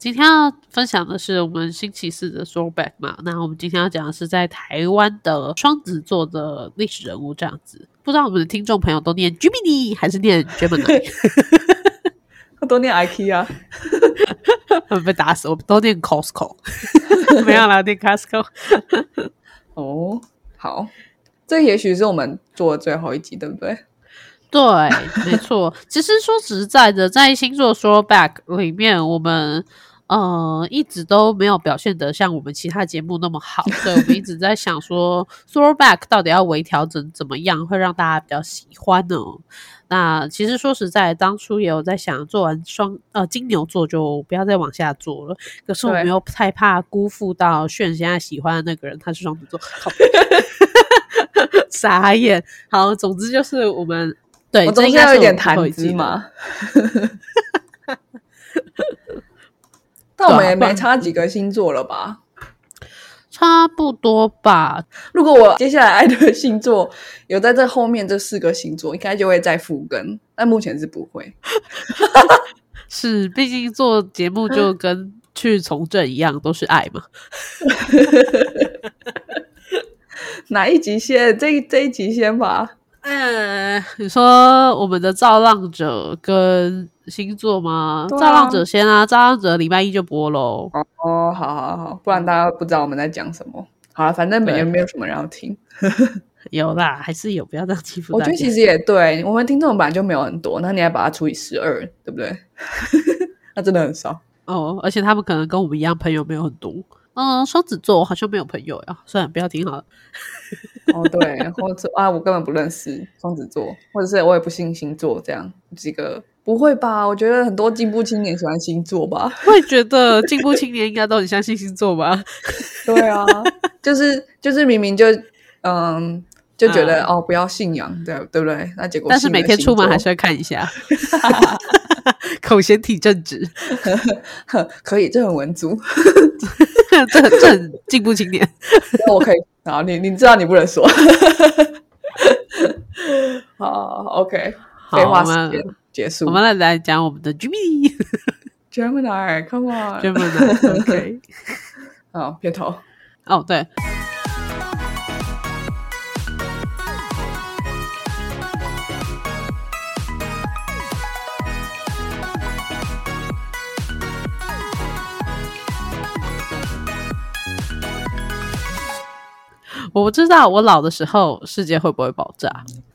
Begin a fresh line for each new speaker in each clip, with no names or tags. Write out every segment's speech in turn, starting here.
今天要分享的是我们星期四的 throwback 嘛，那我们今天要讲的是在台湾的双子座的历史人物这样子。不知道我们的听众朋友都念 Gemini 还是念 Gemini，
都念 IK 啊，
被打死，我们都念 Costco，没有啦，念 Costco。
哦，好，这也许是我们做的最后一集，对不对？
对，没错。其实说实在的，在星座 throwback 里面，我们呃一直都没有表现得像我们其他节目那么好，所以我们一直在想说 throwback 到底要微调整怎么样，会让大家比较喜欢呢？那其实说实在，当初也有在想，做完双呃金牛座就不要再往下做了。可是我们
对
又太怕辜负到炫现在喜欢的那个人，他是双子座，靠 傻眼。好，总之就是我们对，
我
这
总
应
是
该
要
是
有点
我
谈
们最后一
资
集的。
嘛。 但我们也没差几个星座了吧？
差不多吧，
如果我接下来爱的星座有在这后面这四个星座，应该就会再复更，但目前是不会。
是，毕竟做节目就跟去从政一样，都是爱 嘛。
哪一集先？这一这一集先吧。
嗯，你说我们的造浪者跟星座吗？
对啊
造浪者先啊，造浪者礼拜一就播喽。
哦，好好好，不然大家不知道我们在讲什么。好了，反正没
对
也没有什么人要听。
有啦，还是有，不要这样欺负
我
大
觉
家
得。其实也对，我们听众本来就没有很多，那你还把它除以十二，对不对？ 那真的很少。
哦，而且他们可能跟我们一样，朋友没有很多。嗯，双子座我好像没有朋友呀，算了，不要听好了。
哦，对，或者啊，我根本不认识双子座，或者是我也不信星座，这样几个不会吧？我觉得很多进步青年喜欢星座吧？
我也觉得进步青年应该都很相信星座吧？
对啊，就是就是明明就嗯。就觉得、
嗯
哦，不要信仰，对对不对？那结果
但是
信了
每天
星
出门
座
还是会看一 下。口嫌体正直，
可以，这很文足。
这很这很进步青年。
那我可以，好，你你知道你不能说。 好，OK，
好，
废话
我
时
们
间结束。
我们来来讲我们的 Jimmy
Gemini，Come on，
专门的 OK。
好，片头。
哦，对，我不知道我老的时候世界会不会爆炸。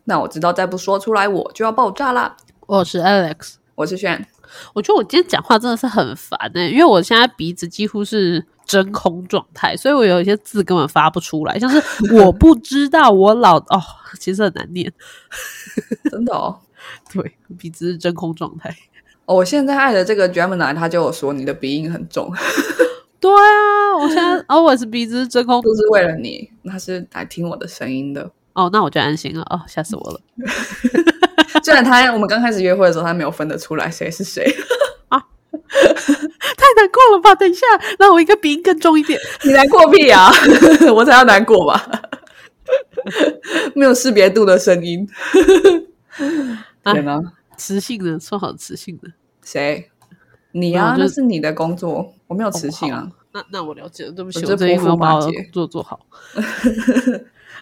那我知道再不说出来我就要爆炸啦。
我是 Alex，
我是炫，
我觉得我今天讲话真的是很烦呢、因为我现在鼻子几乎是真空状态，所以我有一些字根本发不出来，像是 我不知道我老哦，其实很难念，
真的哦。
对，鼻子是真空状态。
哦我现在爱的这个 Gemini，他就有说你的鼻音很重，
对啊，我现在 always 鼻子是真空
不是为了你，他是来听我的声音的。
哦，那我就安心了哦，吓死我了
虽然他我们刚开始约会的时候，他没有分得出来谁是谁，
太难过了吧？等一下，那我应该鼻音更重一点。
你难过屁啊！ 我才要难过吧， 没有识别度的声音。
哎
天哪，
磁性的，说好磁性的，
谁？你
没有
啊，
就哦
那
是
是你的工作，我没有磁性啊。
那那我了解了，对不起，
我
我
这
最近没
泼妇
有把
骂
我的
街
工作做好。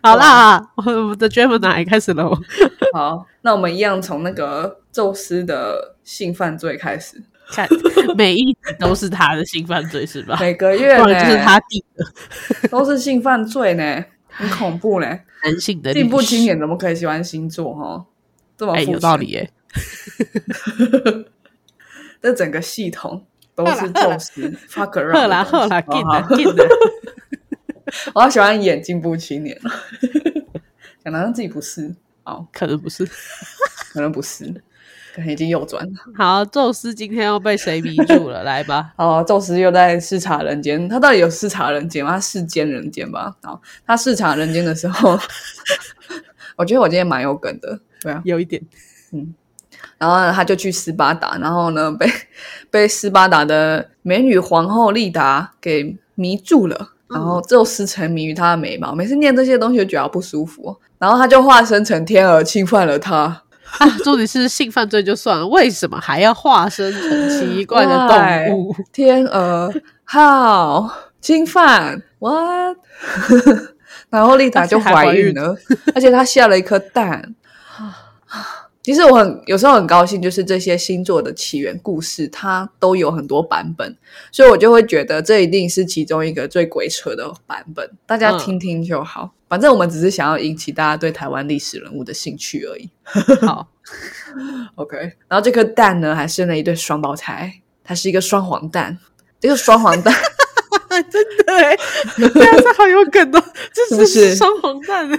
好啦，我们的 Gemini 开始了哦。
好，那我们一样从那个宙斯的性犯罪开始。
看， 每一集都是他的性犯罪是吧？
每个
啊不
月呢，
然就是他弟的
都是性犯罪呢，很恐 怖呢。
男性的历史
进步青年怎么可以喜欢星座哈？这么
哎、
复杂
有道理，耶、
这整个系统都是 宙斯 fuck around
赫啦
的东
赫
西。
啦，
好
进
好
啦进啦，
我好喜欢演进步青年， 讲得好像自己不是，哦，
可能不是。
可能不是，可能已经右转了。
好，宙斯今天又被谁迷住了？来吧，
哦，宙斯又在视察人间，他到底有视察人间吗？他视奸人间吧？好，他视察人间的时候， 我觉得我今天蛮有梗的，对啊。
有一点
然后呢他就去斯巴达，然后呢被被斯巴达的美女皇后丽达给迷住了，然后宙斯沉迷于她的美貌，每次念这些东西就觉得好不舒服哦，然后他就化身成天鹅侵犯了她。
啊，重点是性犯罪就算了，为什么还要化身成奇怪的动物？
天鹅 how 侵犯 what？然后丽达就怀孕了，而且她下了一颗蛋。其实我很有时候很高兴，就是这些星座的起源故事，它都有很多版本，所以我就会觉得这一定是其中一个最鬼扯的版本，大家听听就好。反正我们只是想要引起大家对台湾历史人物的兴趣而已。
好
OK，然后这颗蛋呢，还生了一对双胞胎，它是一个双黄蛋，这个双黄蛋
真的哎、大家这好有梗哦，
是
这
不是
是双黄蛋哎、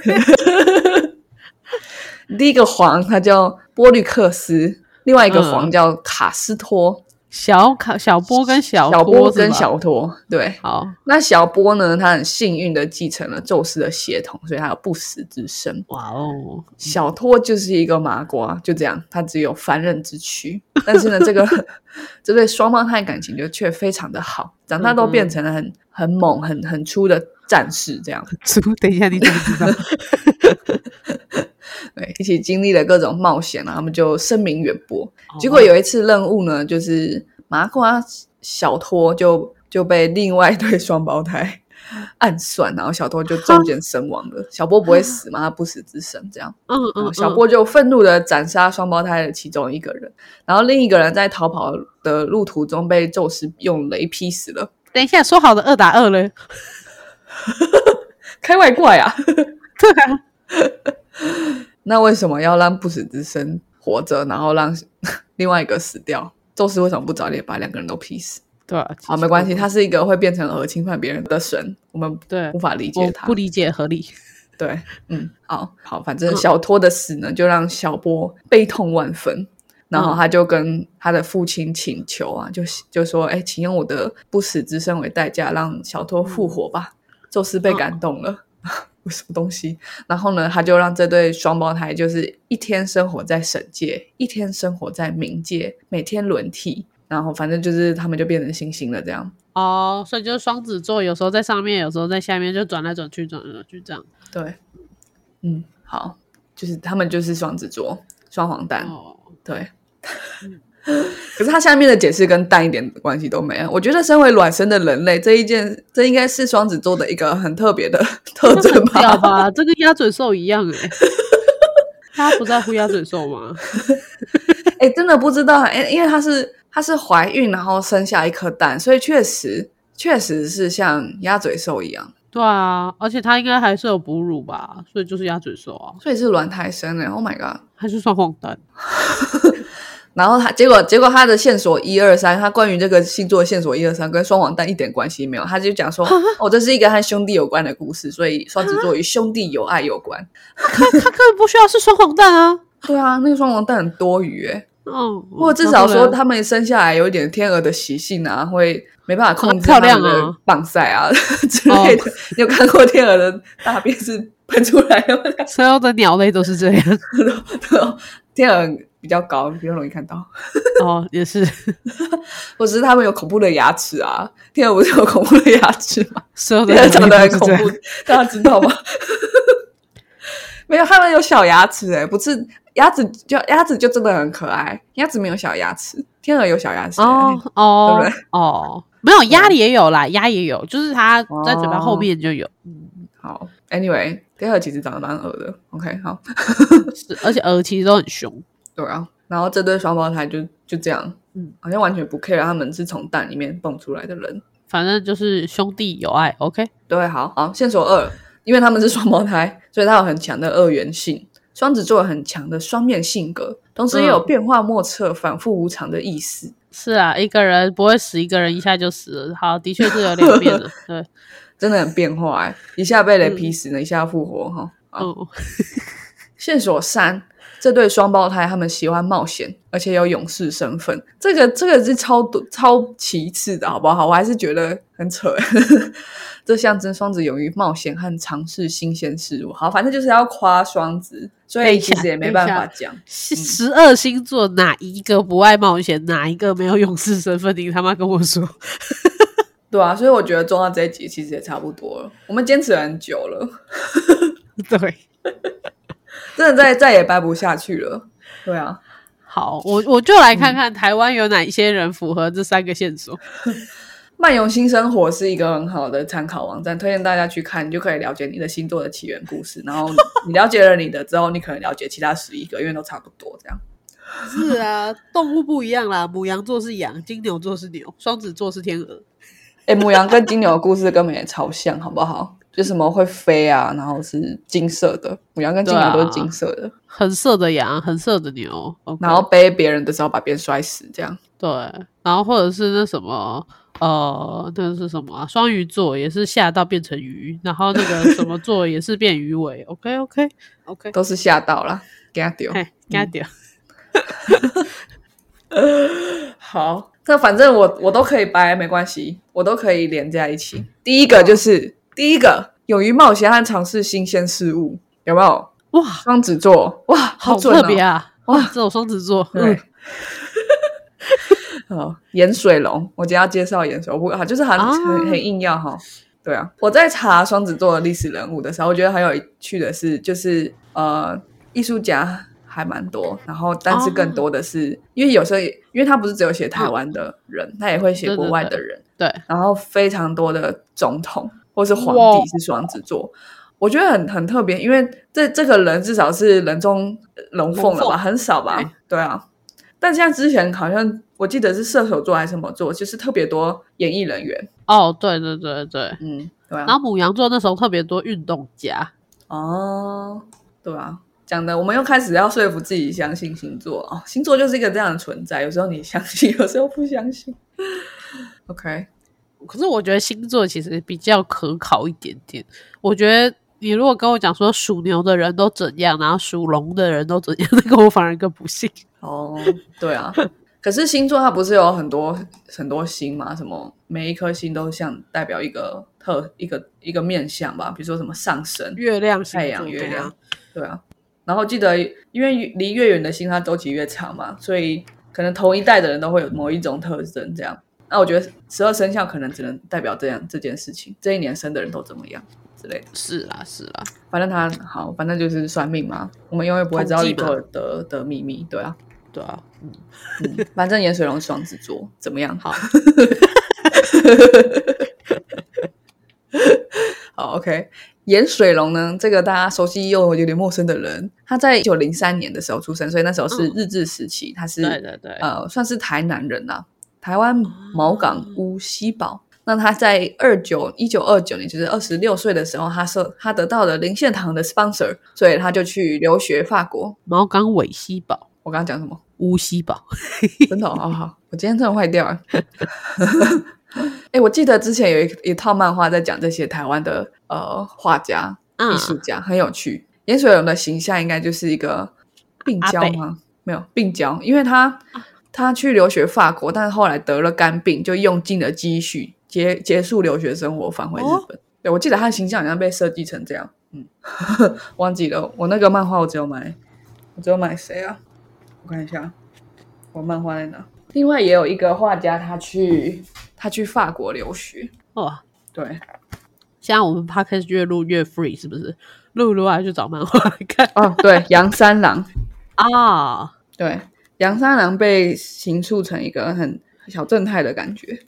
第一个黄它叫波律克斯，另外一个
嗯
黄叫卡斯托，
小卡小波跟小
小波
波是
跟
吧
小托，对。
好
那小波呢？他很幸运的继承了宙斯的血统，所以他有不死之身。
哇 哦，
小托就是一个麻瓜，就这样，他只有凡人 之躯。但是呢，这个 这对双胞胎感情就却非常的好，长大都
嗯嗯
变成了很很猛、很很粗的战士，这样
猪，等一下你怎么知道？
对，一起经历了各种冒险，啊然后他们就声名远播。
哦
结果有一次任务呢，就是麻瓜小托就就被另外一对双胞胎 暗算，然后小托就中箭身亡了。小波不会死嘛，他不死之身这样。
嗯
然
嗯
后
嗯
小波就愤怒的斩杀双胞胎的其中一个人，然后另一个人在逃跑的路途中被宙斯用雷劈死了。
等一下说好的二打二嘞？
开外挂呀！
对啊，
那为什么要让不死之身活着，然后让 另外一个死掉？宙斯为什么不早点把两个人都劈死？
对啊，
好，没关系，他是一个会变成鹅侵犯别人的神，我们
对
无法理
我
解他。哦
不理嗯解合 理。
对，嗯，好好，反正小托的死呢，就让小波悲痛万分。
嗯
然后他就跟他的父亲请求啊，就就说：“哎，请用我的不死之身为代价，让小托复活吧。
嗯
宙斯被感动了， 我什么东西？然后呢，他就让这对双胞胎就是一天生活在神界，一天生活在冥界，每天轮替。然后反正就是他们就变成星星了，这样。
哦，所以就是双子座，有时候在上面，有时候在下面，就转来转去，转来转去这样。
对，嗯，好，就是他们就是双子座，双黄蛋，
哦，
对。嗯 可是他下面的解释跟蛋一点关系都没啊有。我觉得身为卵生的人类，这一件这应该是双子座的一个很特别 的特啊
这
征
很屌
吧？
吧？这跟鸭嘴兽一样哎、大家不在乎鸭嘴兽吗？
哎、真的不知道，哎、因为她是她是怀孕然后生下一颗蛋，所以确实确实是像鸭嘴兽一样，
对啊，而且它应该还是有哺乳吧，所以就是鸭嘴兽啊，
所以是卵胎生的。Oh my god！
还是双黄 蛋。
然后他结果结果他的线索一二三，他关于这个星座的线索一二三跟双黄蛋一点关系没有，他就讲说，哦，这是一个和兄弟有关的故事，所以双子座与兄弟有爱有关。
它根本不需要是双黄蛋啊。
对啊，那个双黄蛋很多余诶，
嗯，
或哦者至少
然后
说
嘞
他们生下来有一点天鹅的习性啊，会没办法控制
啊漂
他
亮
们
啊
的棒赛啊 之类的。你有看过天鹅的大便是喷出来的吗？
所有的鸟类都是这样。
天鹅比较高，比较容易看到。
哦，也是，
或者是他们有恐怖的牙齿啊，天鹅不是有恐怖的牙齿吗？
所 有的
真的长得很恐
鸟类
怖
都是这样。，
大家知道吗？ 没有，他们有小牙齿哎、不是鸭子就鸭子就真的很可爱，鸭子没有小牙齿，天鹅有小牙齿、欸、
哦哦
对不
哦，没有鸭也有啦，鸭也有，就是它在嘴巴后
哦
面就有，
好，anyway，天鹅其实长得蛮恶的，OK，好，
是而且鹅其实都很凶。
对啊，然后这对双胞胎就就这样，
嗯
嗯，好像完全不 care 他们是从蛋里面蹦出来的人。
反正就是兄弟有爱，OK，
对，好好，线索二，因为他们是双胞胎， 所以他有很强的二元性。双子座有很强的双面性格，同时也有
嗯
变化莫测、反复无常的意思。
是啊，一个人不会死，一个人一下就死了。好，的确是有两 面的，对，
真的很变化哎、一下被雷劈死呢，一下复活哈。好
嗯，
线索三，这对双胞胎他们喜欢冒险，而且有勇士身份，这个这个是超多超其次的好不好？我还是觉得很扯、 这象征双子勇于冒险和尝试新鲜事物。好，反正就是要夸双子，所
等一
以
下
其实也没办法
等
讲。
是十二星座哪一个不爱冒险，哪一个没有勇士身份？你他妈跟我说，
对啊，所以我觉得做到这一集其实也差不多了。我们坚持了很久了，
对，
真的再再也掰不下去了。对啊，
好，我我就来看
嗯
看台湾有哪一些人符合这三个线索。
漫游新生活是一个很好的参考网站，推荐大家去看，你就可以了解你的星座的起源故事。然后你你了解了你的之后，你可能了解其他十一个，因为都差不多这样。
是啊，动物不一样啦，母羊座是羊，金牛座是牛，双子座是天鹅。
哎，母羊跟金牛的故事根本也超像，好不好？就什么会飞啊，然后是金色的，母羊跟金牛都是金色的，
很色的羊，很色的牛。o k
然后背别人的时候把别人摔死，这样。
对，然后或者是那什么，呃，那是什么啊？双鱼座也是吓到变成鱼，然后那个什么座也是变鱼尾。OK OK OK，
都是吓到了，给他丢。
哎，给他丢。
好，那反正我我都可以掰，没关系，我都可以连在一
嗯
起。第一个就是第一个，勇于冒险和尝试新鲜事物，有没有？
哇，
双子座，哇，好
好
准、哦、
特别啊！
哇
哇，这种双子座，
对
嗯，
好，盐水龙，我今天要介绍盐水龙，不过就是很、
啊
很很硬要哈。对啊，我在查双子座的历史人物的时候，我觉得很有趣的是，就是呃，艺术家还蛮多，然后但是
哦嗯
更多的是，因为有时候也，因为他不是只有写台湾的人，他也会写
对
国
对
外
对
的人，
对，
然后非常多的总统或是皇
哇
帝是双子座，我觉得很很特别，因为这这个人至少是人中龙凤了吧，
龙凤
很少吧？
对
对啊，但像之前好像我记得是射手座还是什么座，就是特别多演艺人员，
哦，对对对对。
嗯，对
然
啊，
后母羊座那时候特别多运动家，
哦，对啊。讲的，我们又开始要说服自己相信星座哦。星座就是一个这样的存在，有时候你相信，有时候不相信。OK，
可是我觉得星座其实比较可考一点点。我觉得你如果跟我讲说属牛的人都怎样，然后属龙的人都怎样，那个我反而更不信。
哦，对啊，可是星座它不是有很多很多星嘛？什么每一颗星都像代表一个特一个一个面相吧？比如说什么上升，
月亮星座
太阳 月
对啊
亮对啊。然后记得，因为离越远的星它周期越长嘛，所以可能同一代的人都会有某一种特征这样。那我觉得十二生肖可能只能代表这样这件事情，这一年生的人都怎么样之类的。
是啦是啦，
反正他好，反正就是算命嘛，我们永远不会知道
统
宇
计嘛
宙的的秘密，对啊。
对啊，
嗯，反正盐水龙是双子座，怎么样？
好，
好，OK。盐水龙呢，这个大家熟悉又有点陌生的人，他在一九零三年的时候出生，所以那时候是
嗯
日治时期，他是
对对啊对，
呃算是台南人啦、台湾毛港乌溪堡。
嗯
那他在二九一九二九年，就是二十六岁的时候，他是他得到了林献堂的 sponsor，所以他就去留学法国。
毛港尾溪堡、
我刚刚讲什么？
乌溪堡，
真的、哦，好好，我今天真的坏掉了。 哎、我记得之前有一一套漫画在讲这些台湾的呃画家、
嗯
艺，术家，很有趣。盐水龙的形象应该就是一个病
阿
娇
北啊
吗？没有病娇，因为他他去留学法国，但是后来得了肝病，就用尽了积蓄结结束留学生活，返回日
哦
本。对我记得他的形象好像被设计成这样，嗯， 忘记了我那个漫画我只有买，我只有买谁啊？我看一下，我漫画在哪？另外也有一个画家，他去他去法国留学，
哇！
对，
现在我们 podcast 越录越 free，是不是？录一录啊，就找漫画来看
哦， 对，杨三郎，
啊，
对，杨三郎被形塑成一个很小正太的感觉，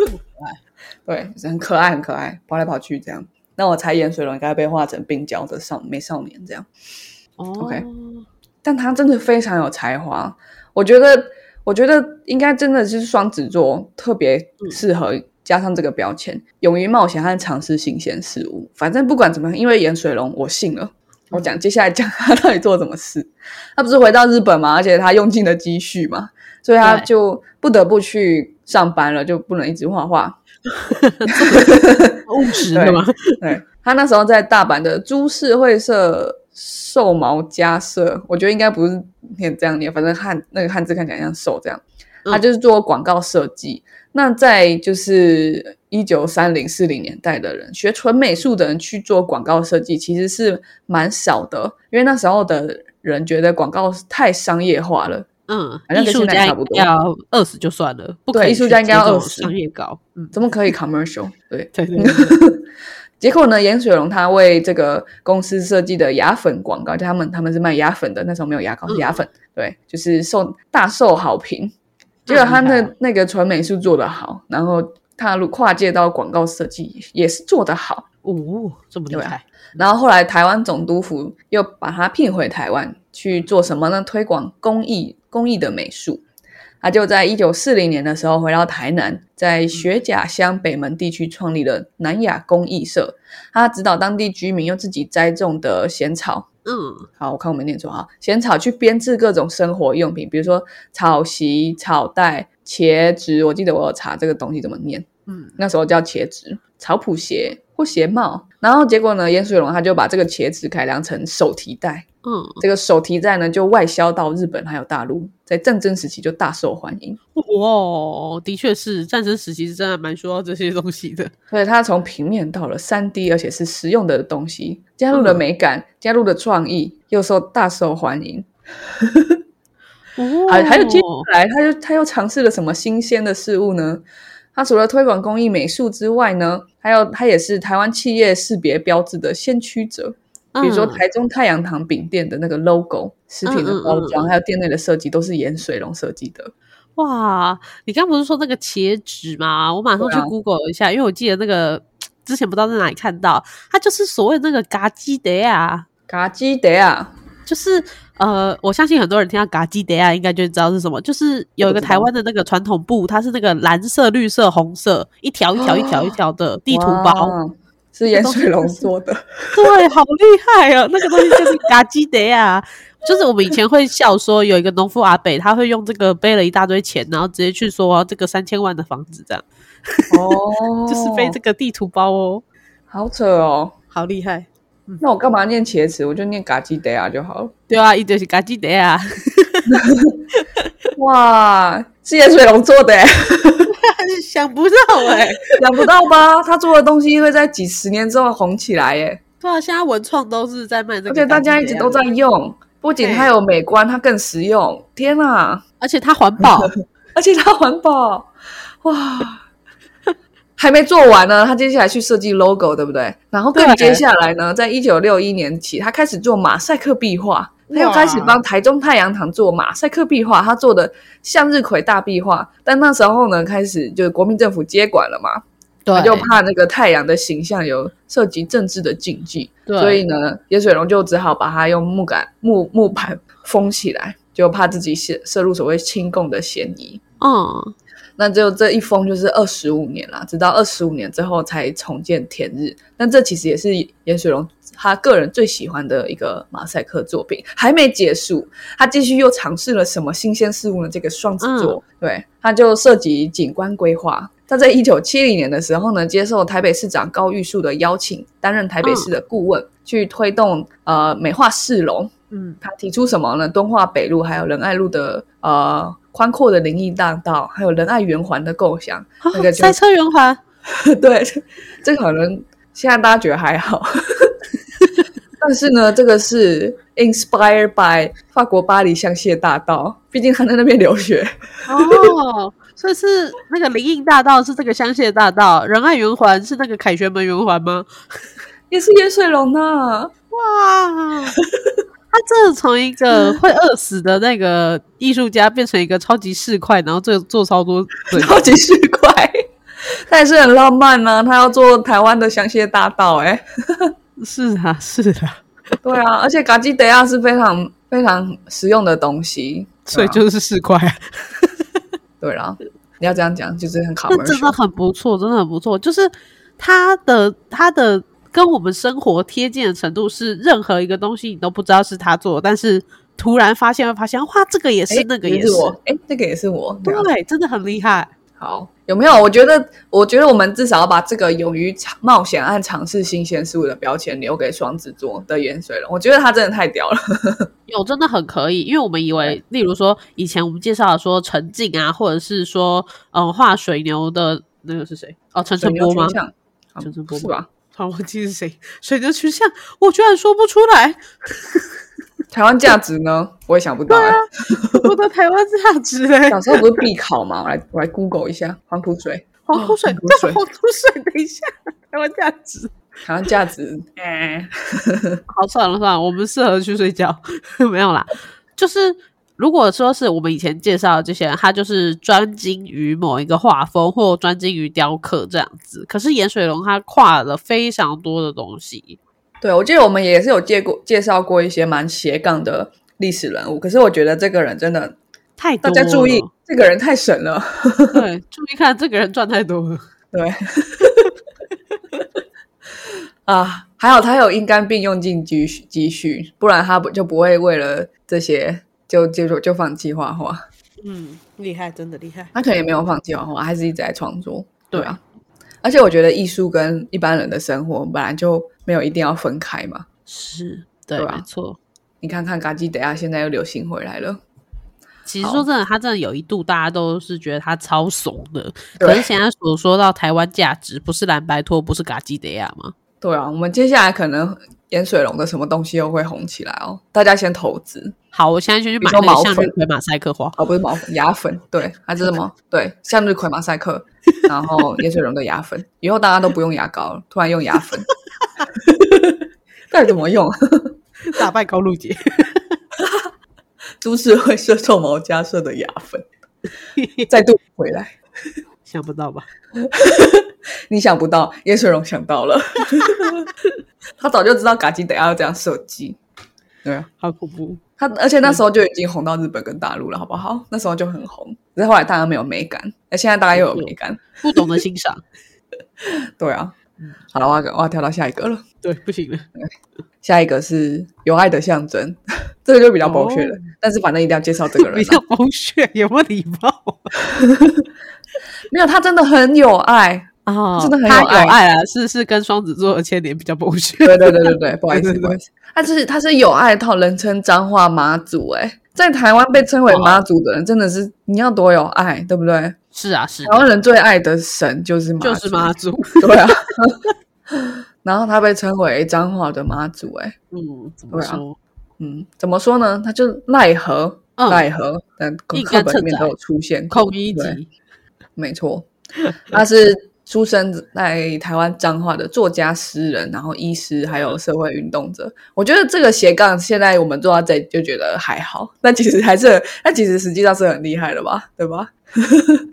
对，就是很可爱，很可爱，跑来跑去这样。那我猜盐水龙应该被画成病娇的少美少年这样，
哦
OK 但他真的非常有才华，我觉得，我觉得应该真的是双子座特别适合加上这个标签，勇于冒险和尝试新鲜事物。反正不管怎么样，因为盐水龙，我信了。我讲接下来讲他到底做了什么事。他不是回到日本嘛，而且他用尽了积蓄嘛，所以他
对
就不得不去上班了，就不能一直画画。
务实的吗？
对他那时候在大阪的株式会社寿毛家社，我觉得应该不是念这样念，反正汉那个汉字看起来像寿这样。
嗯
他就是做广告设计。那在就是一九三零四零年代的人，学纯美术的人去做广告设计，其实是蛮少的，因为那时候的人觉得广告太商业化了，
嗯，
好像
艺
跟
术
现在
家
差不多
要二十就算了，不
对
可以
艺术家
去
应该要
接这种
20
商业稿，嗯，
怎么可以 commercial？对，
对对对对，
结果呢，盐水龙他为这个公司设计的牙粉广告，就他们他们是卖牙粉的，那时候没有牙膏，是牙粉，对，就是受大受好评。结果他
那
那
很厉
那个传媒是做得好，然后踏入跨界到广告设计也是做得好。
哦，这么厉
对啊
害，
然后后来台湾总督府又把他聘回台湾去做什么呢？推广工艺工艺的美术。他就在一九四零年的时候回到台南，在雪甲乡北门地区创立了南雅工艺社。他指导当地居民用自己栽种的咸草，
嗯
好，我看我没念错啊，咸草去编制各种生活用品，比如说草席、草袋、茄子。我记得我有查这个东西怎么念。
嗯，
那时候叫茄子草埔鞋或鞋帽。然后结果呢，盐水龙他就把这个茄子改良成手提袋，
嗯，
这个手提袋呢就外销到日本还有大陆，在战争时期就大受欢迎。
哇，的确是战争时期是真的蛮说到这些东西的，
所以它从平面到了三 D，而且是实用的东西，加
嗯
入了美感，加入了创意，又受大受欢迎。
哦，
还还有接下来，他就他又尝试了什么新鲜的事物呢？他除了推广工艺美术之外呢，还有他也是台湾企业识别标志的先驱者。比如说
嗯
台中太阳堂饼店的那个 logo、食品的包
嗯嗯嗯
装，
嗯
还有店内的设计，都是盐水龙设计的。
哇，你刚不是说那个茄子吗？我马上
对
去
啊
Google 一下，因为我记得那个之前不知道在哪里看到，它就是所谓那个嘎基德啊，
嘎基德啊，
就是呃，我相信很多人听到嘎基德啊，应该就知道是什么，就是有一个
不知道
台湾的那个传统布，它是那个蓝色、绿色、红色，一条一条、一条一条的地图包，
哇是盐水龙做的。
对，好厉害哦，那个东西就是嘎基德啊。 就是我们以前会笑说，有一个农夫阿北，他会用这个背了一大堆钱，然后直接去说我要这个三千万的房子这样。
哦，
就是背这个地图包哦，
好扯哦。
好厉害！
那我干嘛念茄子？我就念嘎基德啊就 好了。
对啊，一堆是嘎基德啊，
哇，是盐水龙做的欸，
想不到哎、
想不到吧？他做的东西会在几十年之后红起来耶，
对啊，现在文创都是在卖这个，
而且大
啊
家一直都在，用。不仅它
对
有美观，它更实用。天啊！
而且它环保，
而且它环保，哇！还没做完呢，他接下来去设计 logo，对不对？然后更
对
接下来呢，在一九六一年起，他开始做马赛克壁画，他又
哇
开始帮台中太阳堂做马赛克壁画，他做的向日葵大壁画。但那时候呢，开始就是国民政府接管了嘛，他
对，
就怕那个太阳的形象有涉及政治的禁忌，
对
所以呢，野水龙就只好把它用木杆木木板封起来，就怕自己涉涉入所谓亲共的嫌疑。
嗯，
那就这一封就是二十五年啦，直到二十五年之后才重见天日。那这其实也是严水龙他个人最喜欢的一个马赛克作品。还没结束，他继续又尝试了什么新鲜事物呢？这个双子座，对，他就涉及景观规划。他在一九七零年的时候呢，接受台北市长高玉树的邀请，担任台北市的顾问，去推动呃美化市容。
嗯，
他提出什么呢？敦化北路还有仁爱路的呃宽阔的林荫大道，还有仁爱圆环的构想。那个就
哦赛车圆 环，
对，这可能现在大家觉得还好，但是呢，这个是 inspired by 法国巴黎香榭大道，毕竟他在那边留学。
哦，所以是那个林荫大道是这个香榭大道，仁爱圆环是那个凯旋门圆环吗？
也是盐水龙啊呐、
哇！ 他真的从一 个会饿死的那个艺术家，变成一个超级市侩，然后做做超多嘴
超级市侩，他也是很浪漫呐、他要做台湾的香榭大道、欸，哎，
是啊，是啊，
对啊，而且嘎基德亚是非常非常实用的东西，
所以
对啊
就是市侩啊。
对啦，你要这样讲，就是很
那真的
commercial。
很不错，真的很不错。就是它的它的跟我们生活贴近的程度是，任何一个东西你都不知道是他做的，但是突然发现会发现，哇，这个也是，
诶
那个
也
也是，
是我，哎，那个也是我，对啊。
对，真的很厉害。
好，有没有？我觉得，我觉得我们至少要把这个勇于尝冒险和尝试新鲜事物的标签留给双子座的盐水龙。我觉得他真的太屌了。
有真的很可以，因为我们以为，例如说以前我们介绍的说陈静啊，或者是说嗯画水牛的那个是谁？哦，陈
水
晨
牛
波吗
群？像啊
陈晨波
是吧？
突然忘记是谁，水牛群像，我居然说不出来。
台湾价值呢，我也想不到、欸。
我的台湾价值嘞、
小时候不是必考吗？我来我来 Google 一下黄土水，
黄土水，
黄土
对
水
黄土水，等一下，台湾价值。
台湾价值，哎、
好，算了算了，我们适合去睡觉， 没有啦。就是如果说是我们以前介绍的这些人，他就是专精于某一个画风或专精于雕刻这样子。可是盐水龙他跨了非常多的东西，
对我记得我们也是有介过介绍过一些蛮斜杠的历史人物，可是我觉得这个人真的，
太多
大
了
家注意，这个人太神了。
对，注意看这个人赚太多了。
对， 啊，还好他有因肝病用尽积蓄积蓄，不然他不就不会为了这些就就就就放弃画画。
嗯，厉害，真的厉害。
他可能也没有放弃画画，还是一直在创作。
对
啊，而且我觉得艺术跟一般人的生活本来就没有一定要分开嘛。
是，对，
对啊
没错。
你看看嘎吉德亚现在又流行回来了，
其实
好
说真的，他真的有一度大家都是觉得他超怂的。
对
可是现在所说到台湾价值，不是蓝白拖，不是嘎基德亚吗？
对啊，我们接下来可能盐水龙的什么东西又会红起来哦，大家先投资
好，我现在先去
比
买
如
那个
说毛
向
粉
日葵马赛克花。
哦，不是毛粉，牙粉，对，还是什么？对，向日葵马赛克，然后盐水龙的牙粉，以后大家都不用牙膏了，突然用牙粉， 到底怎么 用？ 啊
打败高露洁。
株式会社臭毛加社的牙粉，再度回来，
想不到吧？
你想不到，盐水龙想到了， 他早就知道嘎吉等下要这样设计，对啊。
好恐怖！
他而且那时候就已经红到日本跟大陆了，好不好？那时候就很红，只是后来大家没有美感，那现在大家又有美感，
不懂得欣赏，
对啊。好了，我要我要跳到下一个了，
对，不行了。
下一个是有爱的象征， 这个就比较剥削了，但是反正一定要介绍 这个人、
比
啊
较。风血，有没有礼貌
没有，他真的很有爱，
啊
真的很有
他
爱
有爱啊，是是跟双子座的牵连比较风血。
对对对对 对，不好意
对
思
对对
不好意思，他就是他是有爱到人称脏话妈祖、欸，在台湾被称为妈祖的人真的是你要多有爱，对不对？台
是啊，是的
湾人最爱的神嗯就是妈祖，
就是妈祖。
对啊。 然后他被称为彰化的妈祖、欸，哎，
嗯，怎么
对啊
说？
嗯，怎么说呢？他就奈何，
嗯
奈何，但
一
课
竿
本里面
称仔
都有出现过，
孔乙
对
己
没 错，他是出生在台湾彰化的作家、诗人，然后医师，还有社会运动者。我觉得这个斜杠，现在我们做到这里就觉得还好，但其实还是，但其实实际上是很厉害的吧，对吧？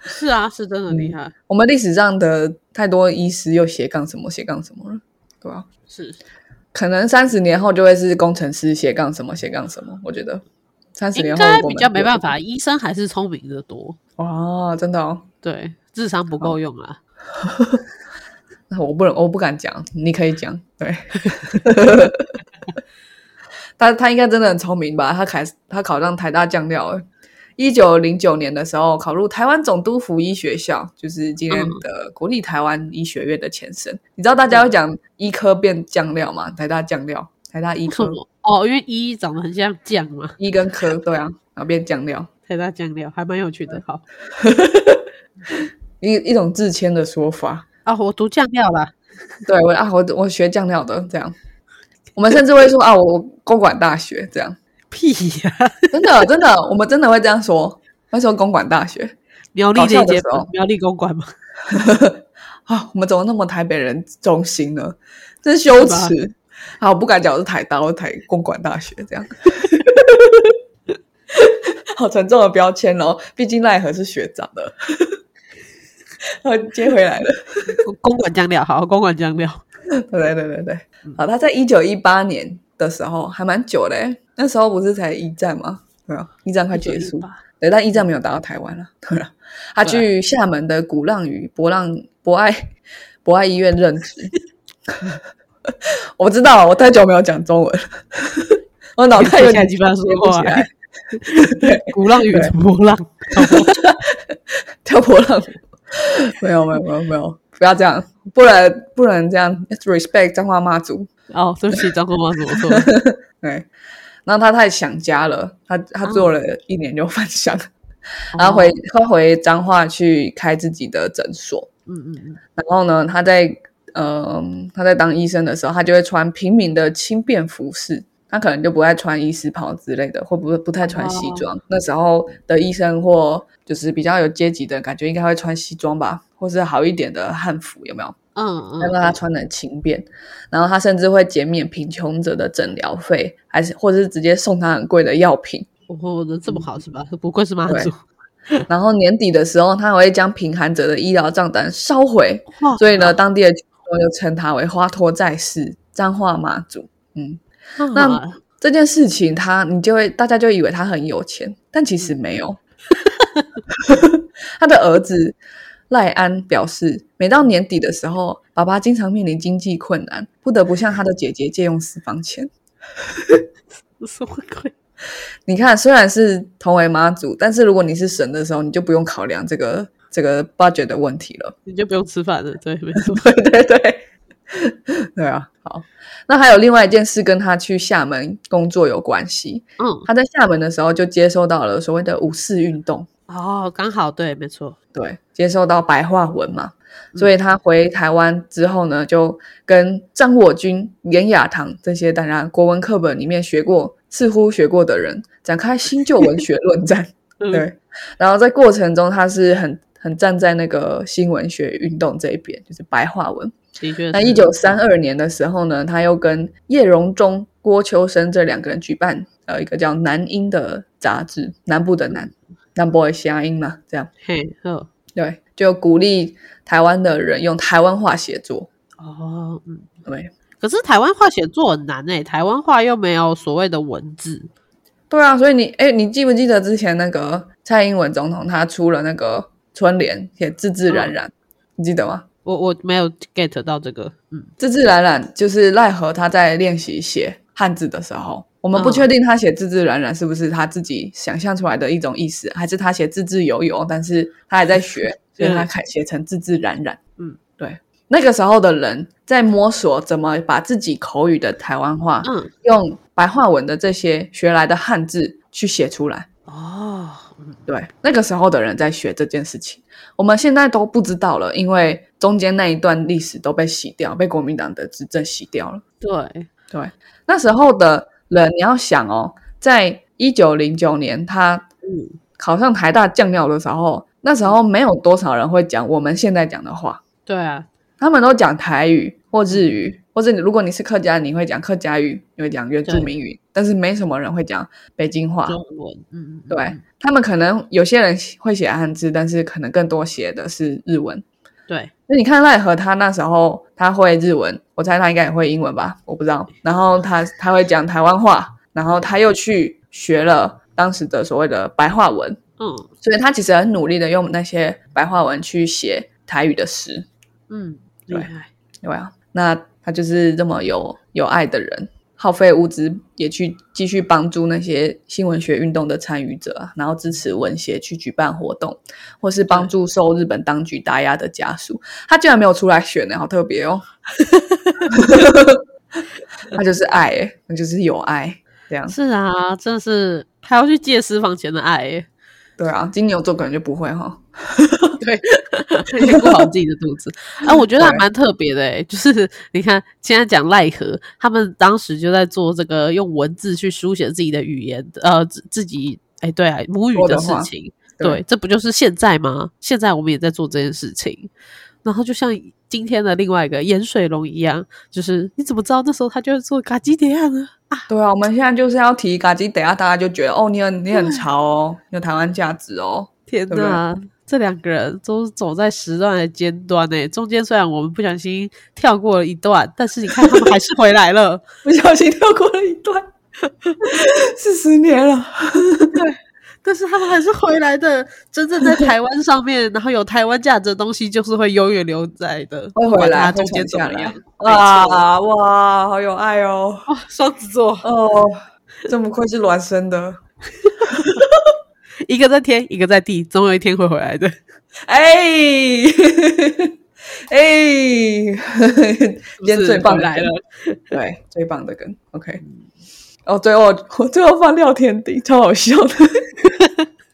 是啊，是真的厉害。
我们历史上的太多医师又斜杠什么斜杠什么了，对吧、
是
可能三十年后就会是工程师斜杠什么斜杠什么，我觉得三十
应
年后
该
我
比
们
较没办法，医生还是聪明的多。
哇，真的哦，
对，智商不够用啊。
那我不能，我不敢讲，你可以讲。对， 他他应该真的很聪明吧？他考他考上台大酱料，一九零九年的时候考入台湾总督府医学校，就是今天的国立台湾医学院的前身。你知道大家会讲医科变酱料吗？台大酱料，台大医
为什
科，
么？ 哦，因为一长得很像酱嘛，
医跟科，对啊，然后变酱料，
太大酱料，还蛮有趣的。好
一一种自谦的说法。
啊，我读酱料啦。
对我啊，我我学酱料的这样，我们甚至会说啊，我我公馆大学这样，
屁呀、
真的 真的，我们真的会这样说。那时候公馆大学
苗栗
搞笑
那
的
节
时候
苗栗公馆嘛，
啊，我们怎么那么台北人中心呢？真羞耻！啊，我不敢讲我是台大，我是台公馆大学这样， 好沉重的标签哦。毕竟奈何是学长的， 啊，接回来了。
公公馆酱料，好，公馆酱料，
对对对对对，好，他在一九一八年的时候还蛮久嘞，那时候不是才一战吗？对啊，一战快结束，
吧。
对，但一战没有打到台湾了。 对了，他
对啊
去厦门的鼓浪屿博浪博爱博爱医院任职。 我知道，我太久没有讲中文了， 我脑袋有
现在
点
基本上说
连不
话
起， 来，
鼓 浪屿
对
波浪，
跳博浪。没有没有没有没有，不要这样，不然不能这样 respect 彰化妈祖。
哦，对不起，张国芳怎么说？
对，然后他太想家了，他他做了
啊
一年就返乡，
哦
然后回他回彰化去开自己的诊所。
嗯嗯嗯，
然后呢，呃他在嗯、他在当医生的时候，他就会穿平民的轻便服饰，他可能就不爱穿医师袍之类的，或不不太穿西装。那时候的医生或就是比较有阶级的感觉，应该会穿西装吧，或是好一点的汉服，有没有？
嗯
要让他穿的轻便，然后他甚至会减免贫穷者的诊疗费，还是或者是直接送他很贵的药品。
嗯，我的这么好是吧？不愧是妈祖，
然后年底的时候，他还会将贫寒者的医疗账单烧毁，
哇
所以呢，当地的群众就称他为花托在世彰化妈祖。嗯，那这件事情他你就会大家就以为他很有钱，但其实没有。他的儿子赖安表示，每到年底的时候，爸爸经常面临经济困难，不得不向他的姐姐借用私房钱。
什么鬼？
你看，虽然是同为妈祖，但是如果你是神的时候，你就不用考量这个这个 budget 的问题了。
你就不用吃饭了，对，没错。
对 对对，对啊，好。那还有另外一件事跟他去厦门工作有关系。
嗯，
他在厦门的时候就接收到了所谓的五四运动，
哦，刚好对，没错。
对，接受到白话文嘛，
嗯
所以他回台湾之后呢，就跟张我军、严雅堂这些当然国文课本里面学过、似乎学过的人展开新旧文学论战。
嗯，
对，然后在过程中，他是很很站在那个新文学运动这一边，就是白话文。
的确是。
那一九三二年的时候呢，他又跟叶荣忠、郭秋生这两个人举办呃一个叫《南音》的杂志，南部的南，南部的乡音嘛，这样。
嘿，哦，
对，就鼓励台湾的人用台湾话写作。
哦，嗯。
对，
可是台湾话写作很难诶、台湾话又没有所谓的文字。
对啊，所以你哎，你记不记得之前那个蔡英文总统他出了那个春联，写自自然然，你记得吗？
我我没有 get 到这个，嗯，
自自然然就是奈何他在练习写汉字的时候，我们不
嗯
确定他写自自然然是不是他自己想象出来的一种意思，还是他写自自由由，但是他还在学，所以他
嗯
改写成自自然然。
嗯，
对，那个时候的人在摸索怎么把自己口语的台湾话，
嗯，
用白话文的这些学来的汉字去写出来。
哦，嗯
对，那个时候的人在学这件事情，我们现在都不知道了，因为中间那一段历史都被洗掉，被国民党的执政洗掉了。
对，
对，那时候的人，你要想哦，在一九零九年他
嗯，
考上台大酱料的时候，那时候没有多少人会讲我们现在讲的话，
对啊，
他们都讲台语或日语，或者你如果你是客家，你会讲客家语，你会讲原住民语，但是没什么人会讲北京话。
中文，嗯，嗯嗯
对他们可能有些人会写汉字，但是可能更多写的是日文。
对，
那你看奈何他那时候他会日文，我猜他应该也会英文吧，我不知道。然后他他会讲台湾话，然后他又去学了当时的所谓的白话文，
嗯
所以他其实很努力的用那些白话文去写台语的诗，
嗯，厉
对
害，
对啊，那他就是这么有有爱的人，耗费物资也去继续帮助那些新文学运动的参与者啊，然后支持文协去举办活动，或是帮助受日本当局打压的家属。他居然没有出来选呢、好特别哦！他就是爱、欸，那就是有爱，这样
是啊，真的是还要去借私房钱的爱、欸，
对啊。金牛座可能就不会哈，
对， 先顾好自己的肚子。啊，我觉得还
对
蛮特别的、欸， 就是你看现在讲奈何，他们当时就在做这个用文字去书写自己的语言，呃，自自己哎、对啊，母语
说
的
的
事
话
情，
对
对，这不就是现在吗？现在我们也在做这件事情。然后就像今天的另外一个盐水龙一样，就是你怎么知道那时候他就会做嘎基迭亚呢？
对啊。我们现在就是要提嘎叽，等一下大家就觉得哦，你很你很潮哦，你有台湾价值哦。
天
对不对
呐，这两个人都是走在时段的尖端诶、中间虽然我们不小心跳过了一段，但是你看他们还是回来 了。
不小心跳过了一段， 四十年了。
但是他们还是回来的，真正在台湾上面，然后有台湾价值的东西，就是会永远留在的，
会回来
不管它
会
中间
传
怎
下
么
来
样？没
哇哇，好有爱哦！
错，双子座，
哦，这么快是孪生的。
一个在天，一个在地，总有一天会回来的。
哎 哎， 今天
是
最棒
回
的
来
梗
了，，
对，最棒的梗。OK，哦，最后我最后放廖天丁，超好笑的，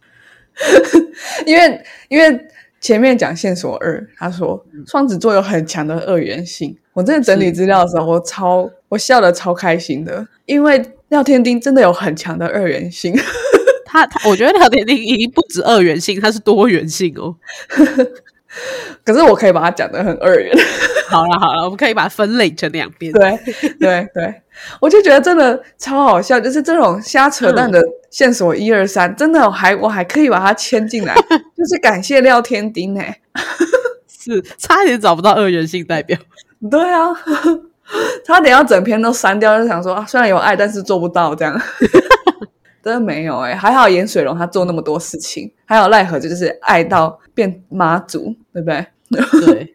因为因为前面讲线索二，他说双子座有很强的二元性。我真的整理资料的时候，我超我笑的超开心的，因为廖天丁真的有很强的二元性。
他他，我觉得廖天丁已经不止二元性，他是多元性 哦。
可是我可以把它讲的很二元。
好了好了，我们可以把它分类成两边。
对对对，我就觉得真的超好笑，就是这种瞎扯淡的线索一二三，真的我还我还可以把它牵进来，就是感谢廖天丁哎、
是差一点找不到二元性代表。
对啊， 差点要整篇都删掉，就想说啊，虽然有爱，但是做不到这样。真的没有哎、还好严水龙他做那么多事情，还有奈何就是爱到变妈祖，对不对？
对，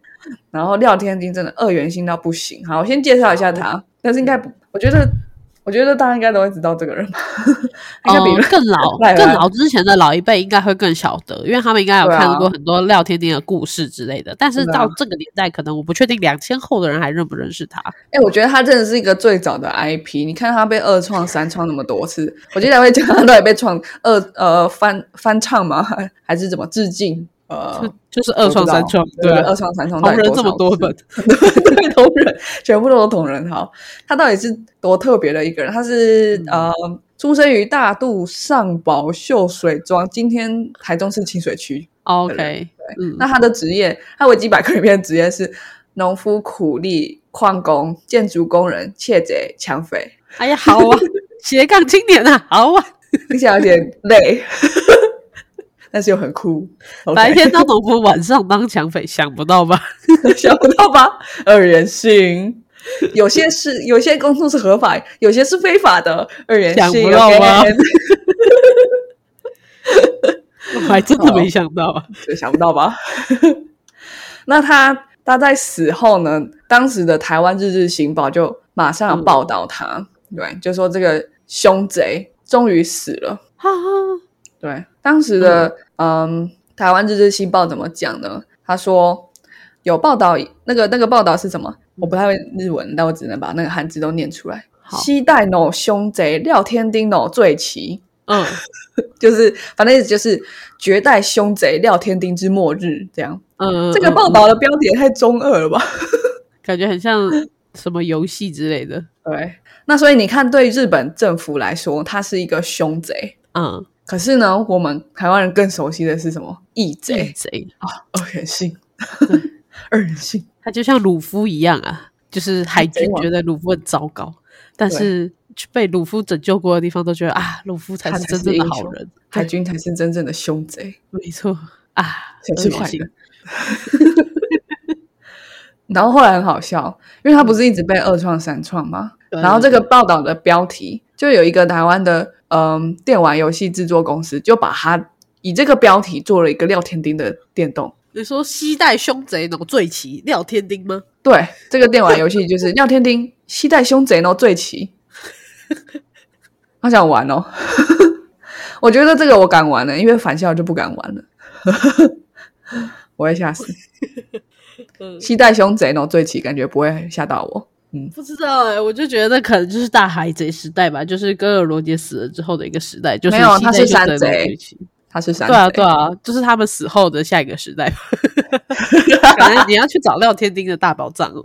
然后廖天丁真的二元性到不行。好，我先介绍一下他，但是应该不，我觉得，我觉得大家应该都会知道这个人 吧？应该比、
哦、更老
赖赖
更老之前的老一辈应该会更晓得，因为他们应该有
对啊
看过很多廖天丁的故事之类的。但是
对啊
到这个年代，可能我不确定两千后的人还认不认识他。
哎、我觉得他真的是一个最早的 IP。你看他被二创、三创那么多次，我记得会讲他到底被创二呃翻翻唱吗？还还是怎么致敬？呃，
就就是二创三创，
对
啊
二创三创，
同人这么多本，
对同人，全部都是同人。好，他到底是多特别的一个人？他是、
嗯
呃，出生于大肚上堡秀水庄，今天台中市清水区。
OK，嗯，
那他的职业，他维基百科里面的职业是 农夫、苦力、矿工、建筑工人、窃贼、抢匪，
哎呀，好啊，斜杠青年啊，好 啊，
听起来有点累， 但是又很酷。OK
白天当农夫，晚上当抢匪，想不到吧？
想不到吧？二元性，有些是有些工作是合法，有些是非法的。二元
想
性，
不到吗
OK？
我还真的
哦
没想到啊。
对想不到吧？ 那他他在死后呢？当时的台湾《日日新报》就马上报道他，对，就说这个凶贼终于死了。
哈哈，
对，当时的嗯台湾《日日新报》怎么讲呢？他说有报道，那个那个报道是什么？我不太会日文，但我只能把那个汉字都念出来。
好
西代喏凶贼廖天丁喏罪其，
嗯，
就是反正意思就是绝代凶贼廖天丁之末日这样。
嗯，
这个
嗯
报道的标题也太中二了吧？
感觉很像什么游戏之类的。
对，那所以你看，对日本政府来说，他是一个凶贼。
嗯，
可是呢，我们台湾人更熟悉的是什么？义贼
贼嗯贼，
二人性， 二人性。
他就像鲁夫一样啊，就是海军
贼王
觉得鲁夫很糟糕，但
对
是去被鲁夫拯救过的地方都觉得啊，鲁夫才
他
是
才
真
是
正的
英
好
雄
人。
海军才是真正的凶贼，
没错啊，
才是
恶
坏
心
人。 然后后来很好笑，因为他不是一直被二创、三创吗？
对
然后这个报道的标题就有一个台湾的嗯电玩游戏制作公司，就把它以这个标题做了一个廖天丁的电动。
你说西带凶贼脑醉骑廖天丁吗？
对，这个电玩游戏就是廖天丁西带凶贼呢最奇， 好想玩哦。 我觉得这个我敢玩了，因为返校就不敢玩了， 我会吓死。
嗯，
西带凶贼呢最奇，感觉不会吓到我。
不知道哎、我就觉得可能就是大海贼时代吧，就是哥尔罗杰死了之后的一个时代，就是
没有
西
他
带
是
凶
山
的
贼
崛起
他是山
对啊
贼
对啊，就是他们死后的下一个时 代。反正你要去找廖天丁的大宝藏哦。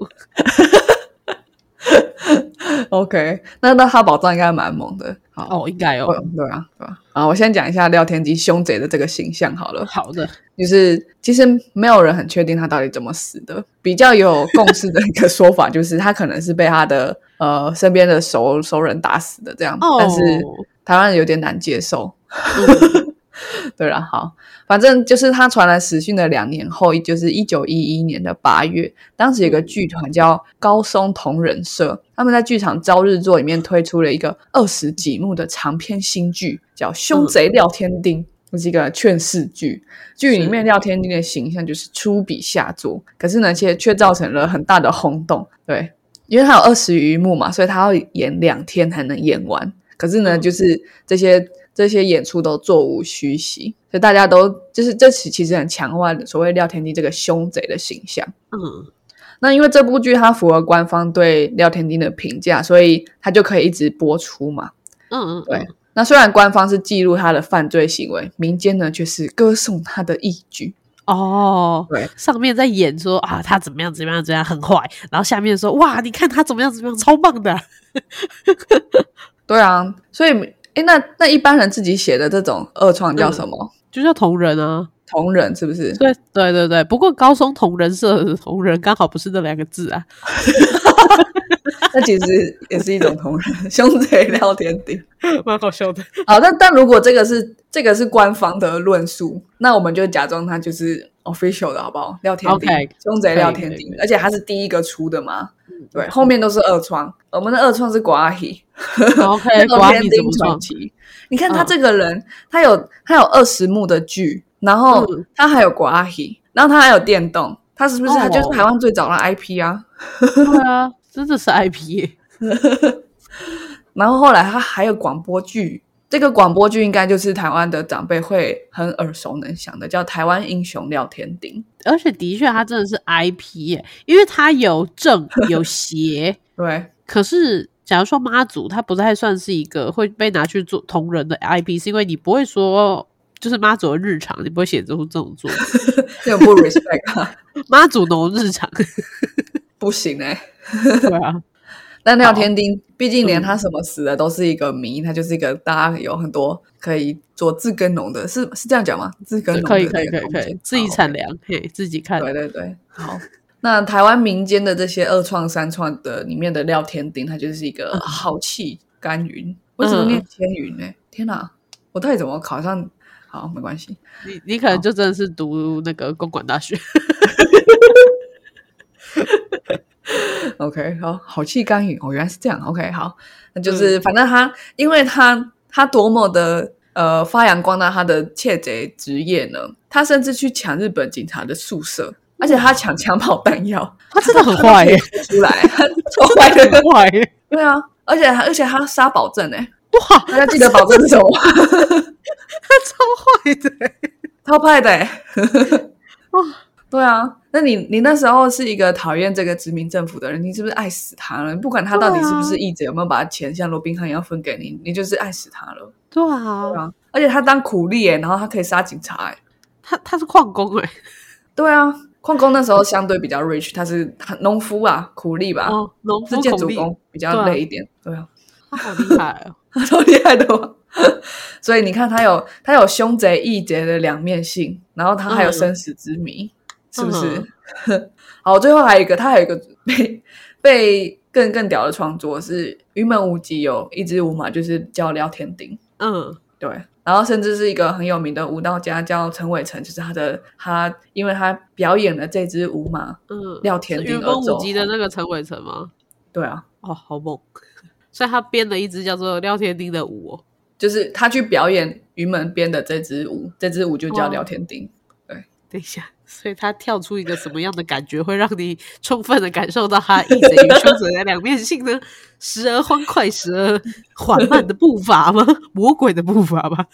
OK，那那他宝藏应该蛮猛的。好，
哦，应该
哦
哦。
对啊，对啊。啊，我先讲一下廖天丁凶贼的这个形象好了。
好的，
就是其实没有人很确定他到底怎么死的。比较有共识的一个说法就是，他可能是被他的呃身边的熟熟人打死的这样，
哦，
但是台湾人有点难接受。 对了，好，反正就是他传来死讯的两年后，就是一九一一年的八月，当时有个剧团叫高松同人社，他们在剧场朝日座里面推出了一个二十几幕的长篇新剧，叫《凶贼廖天丁》，这是一个劝世剧。剧里面廖天丁的形象就是粗鄙下作，可是呢，却却造成了很大的轰动。对，因为他有二十余幕嘛，所以他要演两天才能演完。可是呢，
嗯
就是这些这些演出都座无虚席，所以大家都就是这其其实很强化所谓廖天丁这个凶贼的形象。
嗯，
那因为这部剧它符合官方对廖天丁的评价，所以它就可以一直播出嘛。
嗯嗯，
对那虽然官方是记录他的犯罪行为，民间呢却是歌颂他的义举。
哦，
对，
上面在演说啊，他怎么样怎么样怎么样很坏，然后下面说哇，你看他怎么样怎么样，超棒的，
对啊，所以哎，那那一般人自己写的这种二创叫什么？
就叫同人啊。
同人是不是？
对对对对，不过高松同人社的同人刚好不是这两个字啊。
那其实也是一种同人，兄贼聊天顶。
蛮好笑的。
好，但但如果这个是这个是官方的论述，那我们就假装它就是 official 的好不好？廖天鼎
哦 OK，
凶贼廖天
可以
鼎
可以，
而且他是第一个出的嘛，
嗯
对，后面都是二创，我们的二创是瓜阿喜，
OK，
廖
哎瓜
天
你怎
鼎
么
传
创？
奇。你看他
嗯
这个人，他有他有二十幕的剧，然后
嗯
他还有瓜阿喜，然后他还有电动，他是不是
哦
他就是台湾最早的 IP 啊？
对啊，真的是 IP 耶
然后后来他还有广播剧，这个广播剧应该就是台湾的长辈会很耳熟能详的，叫《台湾英雄廖天鼎》。
而且的确，它真的是 IP，耶因为它有正有邪。
对，
可是，假如说妈祖，它不太算是一个会被拿去做同人的 IP，是因为你不会说就是妈祖的日常，你不会写出这种作品。
有点不 respect，、啊、
妈祖农日常，
不行哎、
对啊，
但廖天丁，毕竟连他什么死的都是一个谜，他就是一个大家有很多可以做自耕农的，是是这样讲吗？自耕农
可以
的
可以
那
可
个
以
空
可
间哦
以，自己
好
产粮，嘿，自己看。
对对对，好。那台湾民间的这些二创、三创的里面的廖天丁，他就是一
嗯
个豪气干云。为什么念天云呢？天哪、我到底怎么考上？好，没关系。
你你可能就真的是读那个公馆大学，
OK，好，好气干云哦，原来是这样。OK，好，那就是、
嗯
反正他，因为他他多么的呃发扬光大他的窃贼职业呢，他甚至去抢日本警察的宿舍，而且他抢枪炮弹药，
他真的 很
他
坏
都可以
耶，
说出来，他超哦坏
很
的。
坏耶，
对啊，而且而且他杀保证哎、
哇，
大家记得保证是什么？
他超坏的耶，
超派的、欸。
哇
对啊，那你你那时候是一个讨厌这个殖民政府的人，你是不是爱死他了？不管他到底是不是义者，有没有把钱像罗宾汉一样分给你，你就是爱死他了。
对啊
对，啊，而且他当苦力欸耶、然后他可以杀警察、欸。
他他是矿工哎，
对啊，矿工那时候相对比较 rich，他是他农夫啊，苦力吧，
哦，农
是
夫
建
孔
筑
力，
工，比较累一点。对啊，
他好厉害哦，
他超厉害的嘛。所以你看，他有他有凶贼义贼的两面性，然后他还有
嗯
生死之谜，是不
嗯
是？ 好，最后还有一个，他还有一个 被被更更屌的创作是云门舞集有一支舞马，就是叫廖天丁，
嗯，
对。然后甚至是一个很有名的舞蹈家叫陈伟成，就是他的他，因为他表演了这支舞马，
嗯，
廖田
是
丁
云
而
门
走
舞集的那个陈伟成吗？
对啊，
哦，好猛！所以他编了一支叫做《廖天丁》的舞哦。
就是他去表演云门编的这支舞，这支舞就叫
哦
廖天丁。
等一下，所以他跳出一个什么样的感觉，会让你充分的感受到他义贼与凶贼的两面性呢？ 时而欢快，时而缓慢的步伐吗？魔鬼的步伐吧？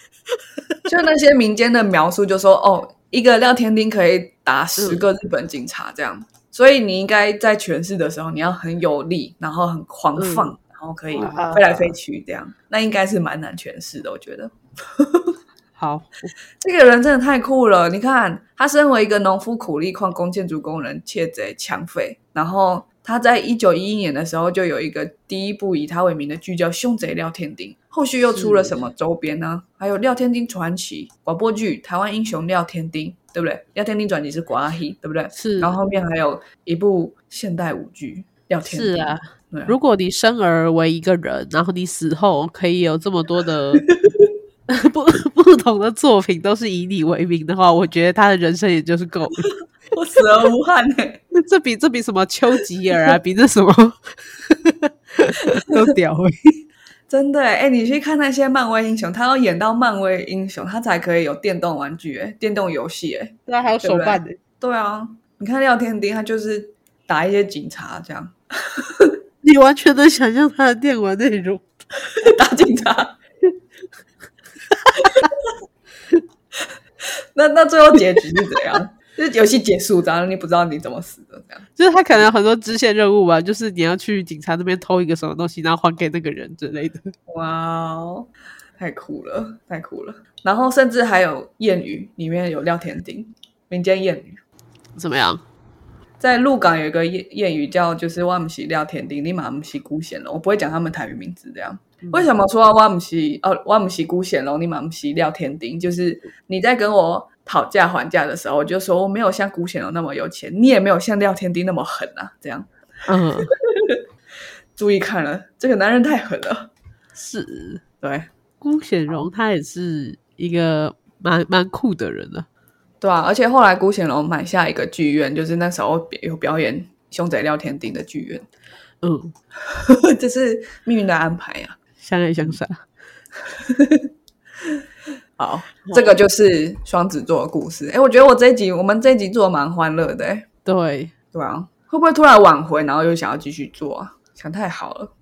就那些民间的描述，就说哦，一个廖天丁可以打十个日本警察这样，所以你应该在诠释的时候，你要很有力，然后很狂放，
嗯
然后可以
哇
飞来飞去这样，那应该是蛮难诠释的，我觉得。
好，
这个人真的太酷了！你看，他身为一个农夫、苦力、矿工、建筑工人、窃贼、抢匪，然后他在一九一一年的时候就有一个第一部以他为名的剧叫《凶贼廖天丁》，后续又出了什么周边呢？还有《廖天丁传奇》广播剧《台湾英雄廖天丁》，对不对？《廖天丁传奇》是国阿希，对不对？
是
然后后面还有一部现代舞剧《廖天丁》，
是啊，。
对啊
如果你生而为一个人，然后你死后可以有这么多 的不不同的作品都是以你为名的话，我觉得他的人生也就是够了。
我 死而无憾欸呢、
这比这比什么丘吉 尔啊，比那什么都屌欸、
真的哎、欸你去看那些漫威英雄，他要演到漫威英雄，他才可以有电动玩具哎、电动游戏哎。
对啊，还有手办的、
对啊，你看廖天丁，他就是打一些警察这样，
你完全能想象他的电玩内容。
打警察。 那那最后结局是怎样？就是游戏结束，然后你不知道你怎么死的这样。
就是他可能有很多支线任务吧，就是你要去警察那边偷一个什么东西，然后还给那个人之类的。
哇哦，太酷了，太酷了！然后甚至还有谚语，里面有廖天丁，民间谚语。
怎么样？
在鹿港有一个谚谚语叫就是“挖姆西料天丁，立马姆西孤显龙”，我不会讲他们台语名字这样。为什么说挖姆西哦挖姆西孤显龙，立马姆西料天丁？就是你在跟我讨价还价的时候，我就说我没有像孤显龙那么有钱，你也没有像廖天丁那么狠啊，这样。
嗯，
注意看了，这个男人太狠了。
是
对
辜显荣，他也是一个蛮蛮酷的人啊。
对啊，而且后来辜显龙买下一个剧院，就是那时候有表演《凶宅廖天丁》的剧院，
嗯，
这是命运的安排啊呀、
相爱相杀。
啊。好，这个就是双子座的故事。哎，我觉得我这一集我们这一集做的蛮欢乐的，哎，
对，
对啊，会不会突然挽回，然后又想要继续做啊？想太好了。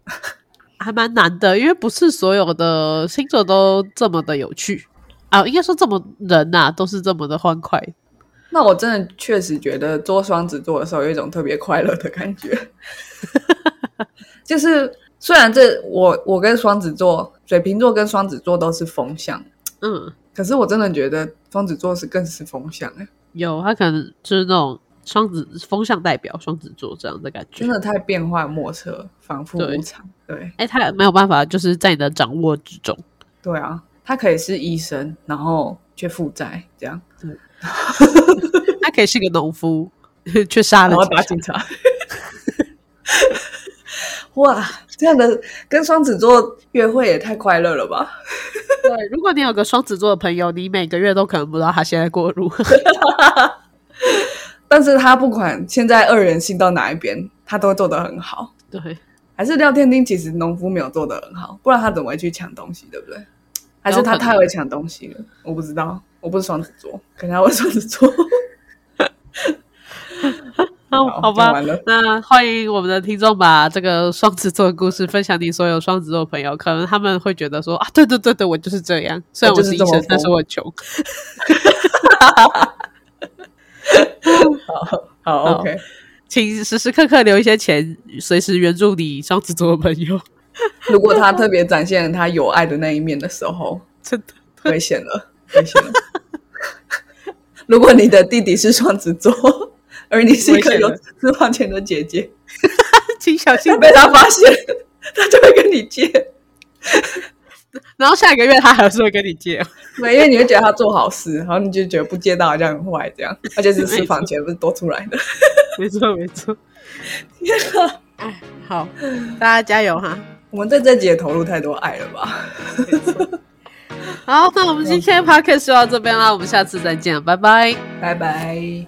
还蛮难的，因为不是所有的星座都这么的有趣啊，应该说这么人呐、都是这么的欢快。
那我真的确实觉得做双子座的时候有一种特别快乐的感觉， 就是虽然这我我跟双子座、水瓶座跟双子座都是风向，
嗯，
可是我真的觉得双子座是更是风向哎、
有他可能就是那种双子风象代表双子座这样的感觉
真。的太变幻莫测，反复无常。对
哎、他没有办法，就是在你的掌握之中。
对啊，他可以是医生，然后却负债这样，
他可以是个农夫，却杀了
然后
警
打
察
警察。哇，这样的跟双子座约会也太快乐了吧！
对，如果你有个双子座的朋友，你每个月都可能不知道他现在过得如何。
但是他不管现在二人性到哪一边，他都做得很好。
对，
还是廖天丁其实农夫没有做得很好，不然他怎么会去抢东西，对不对？还是
有可
他
能
太会抢东西了？我不知道，我不是双子座，可能我是双子 座。
那 好
好讲
吧
完了，
那欢迎我们的听众把这个双子座的故事分享给所有双子座的朋友，可能他们会觉得说啊，对对对对，我就是这样，虽然
我
我
就是
是医
这么
生，但
疯
是我很穷。
好
好
o k
请时时刻刻留一些钱，随时援助你双子座的朋友。
如果他特别展现他有爱的那一面的时候，
真的，
危险了，危险了。如果你的弟弟是双子 座，而你是一个
危险
有
了
私房钱的姐姐，
请小心
他。被他发现， 他就会跟你借。
然后下个月他还是会跟你借。
对，因为你会觉得他做好事，然后你就觉得不借到好像很坏这样，而且是私房钱不是多出来 的。
没错，没错。哎， 好，大家加油哈！
我们在这集也投入太多爱了吧？
好，那我们今天的 podcast 就到这边啦，我们下次再见，拜拜。
拜拜。